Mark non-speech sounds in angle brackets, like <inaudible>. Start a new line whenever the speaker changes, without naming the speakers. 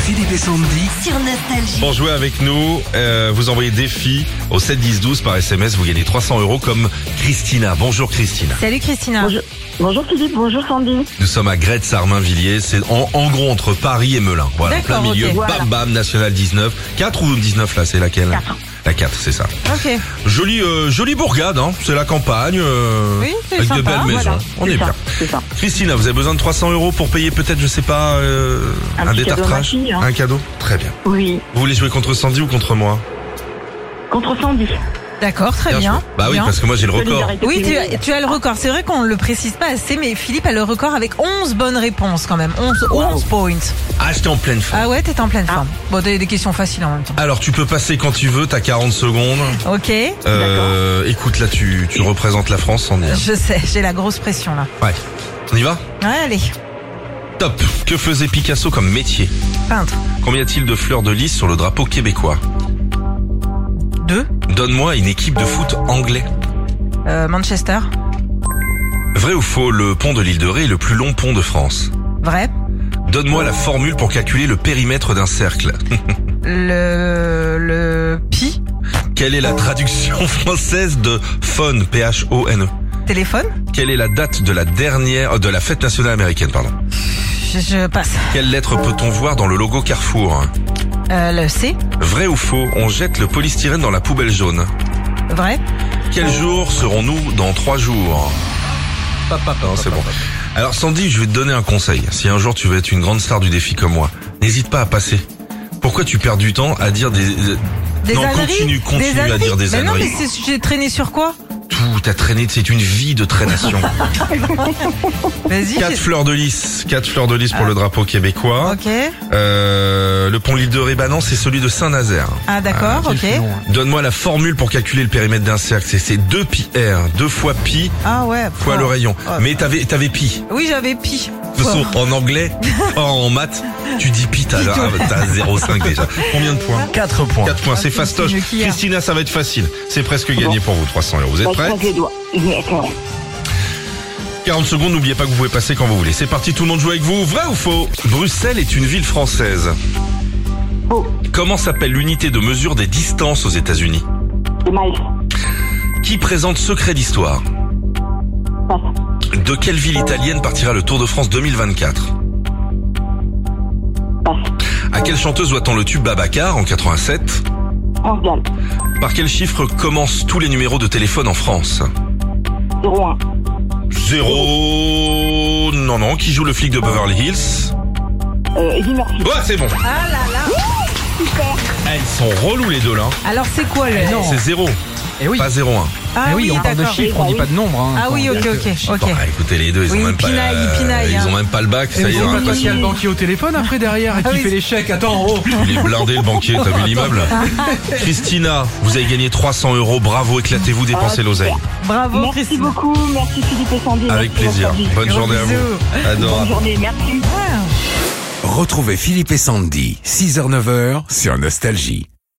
Philippe et Sandy.
sur Nostalgie.
Pour jouer avec nous, euh, vous envoyez défi au 7 10 12 par SMS, vous gagnez 300 euros comme Christina. Bonjour Christina.
Salut Christina.
Bonjour. Bonjour Philippe, bonjour Sandy.
Nous sommes à Grette Sarmainvilliers, c'est en, en gros entre Paris et Melun. Voilà,
D'accord,
plein milieu,
ok.
bam bam, National 19. 4 ou 19 là, c'est laquelle
Quatre.
La 4, c'est ça.
Ok.
Jolie, euh, jolie bourgade, hein. c'est la campagne, euh,
Oui, c'est
avec de
sympa,
belles maisons.
voilà.
On est,
C'est ça,
bien.
C'est ça.
Christina, vous avez besoin de 300 euros pour payer peut-être, je sais pas, euh,
Un petit cadeau à ma
détartrage,
fille, hein.
un cadeau. Très bien.
Oui.
Vous voulez jouer contre Sandy ou contre moi
Contre Sandy.
D'accord, très bien.
joué. Bah oui,
Bien.
parce que moi j'ai le record.
Solidarité
Oui, tu
féminine.
as, tu as le record. C'est vrai qu'on le précise pas assez, mais Philippe a le record avec 11 bonnes réponses quand même. 11, 11 points.
Ah, j'étais en pleine forme.
Ah ouais, t'es en pleine forme. Bon, t'as des questions faciles en même temps.
Alors tu peux passer quand tu veux, t'as 40 secondes.
Ok.
Euh, écoute, là tu, tu représentes la France, on y va.
Je sais, j'ai la grosse pression là.
Ouais. On y va
Ouais, allez,
Top Que faisait Picasso comme métier
peintre.
Combien y a-t-il de fleurs de lys sur le drapeau québécois
Deux.
Donne-moi une équipe de foot anglais.
Euh, Manchester.
Vrai ou faux, le pont de l'île de Ré est le plus long pont de France
Vrai.
Donne-moi la formule pour calculer le périmètre d'un cercle.
Le. Le. Pi.
Quelle est la traduction <laughs> française de phone, P-H-O-N-E
Téléphone.
E Quelle est la date de la dernière, euh, de la fête nationale américaine, pardon
Je, je passe.
Quelle lettre peut-on voir dans le logo Carrefour
Euh, le C.
Vrai ou faux, on jette le polystyrène dans la poubelle jaune.
Vrai.
Quel jour serons-nous dans trois jours Non, c'est bon. Alors Sandy, je vais te donner un conseil. Si un jour tu veux être une grande star du défi comme moi, n'hésite pas à passer. Pourquoi tu perds du temps à dire des... euh,
Des
non,
âneries.
continue, continue à
âneries.
dire des
Mais non, mais
âneries.
c'est- j'ai traîné sur quoi
Tout t'as traîné, c'est une vie de traînation.
Vas-y.
Quatre fleurs de lys, quatre fleurs de lys pour le drapeau québécois.
Ok.
Euh, le pont Lille de Rébanan, c'est celui de Saint-Nazaire.
Ah d'accord, ok.
Donne-moi la formule pour calculer le périmètre d'un cercle. C'est- C'est 2 pi r, 2 fois pi
Ah ouais.
fois
fort.
le rayon.
Ah.
Mais t'avais t'avais pi.
Oui, j'avais pi.
De toute
Fort.
façon, en anglais, en maths, tu dis pi, t'as t'as 0,5 déjà. Combien de points
4 points.
4 points, c'est
Ah, c'est
fastoche.
mieux qu'hier.
Christina, ça va être facile. C'est presque gagné pour vous, 300 euros. Vous êtes
Bah, je
prêts
croise les doigts. D'accord.
40 secondes, n'oubliez pas que vous pouvez passer quand vous voulez. C'est parti, tout le monde joue avec vous. Vrai ou faux Bruxelles est une ville française.
Faux.
Comment s'appelle l'unité de mesure des distances aux États-Unis
Des miles.
Qui présente Secret d'Histoire
Passe.
De quelle ville italienne partira le Tour de France 2024
Passe.
À quelle chanteuse doit-on le tube Babacar en 87
France Gall.
Par quel chiffre commencent tous les numéros de téléphone en France
01.
Zéro... Non, non, qui joue le flic de Beverly Hills
Euh, Eddie Murphy.
Ouais, c'est bon.
Ah là là.
Ah, ils sont relous les deux là.
Alors c'est quoi le nom
C'est zéro,
Et Eh oui.
pas 0-1.
Ah
Eh
oui,
oui, on parle de
d'accord.
chiffres, on dit pas de nombre. hein.
Ah oui, ok,
Je
ok,
sais
ok.
pas, bah, écoutez, les deux, ils
Oui,
ont
ils
même pas, euh,
pinaillent, ils pinaillent,
ils ont
hein.
même pas le bac.
Et
Ça
mais
y est,
c'est
on a
pas toi qui
l'impression
as le banquier au téléphone après derrière et
Ah
qui
oui,
fait les chèques. Attends, oh. en haut.
qu'il est blindé le banquier. T'as
<laughs>
vu l'immeuble
Ah.
Christina, vous avez gagné 300 euros. Bravo, éclatez-vous,
Ah.
dépensez l'oseille.
Bravo
Merci
Christine.
beaucoup. Merci Philippe et Sandy.
Avec
Merci,
plaisir.
Sandy.
Bonne
Gros
journée à vous.
bisous.
Adorable.
Bonne journée. Merci.
Ah.
Retrouvez Philippe et Sandy, 6h-9h sur Nostalgie.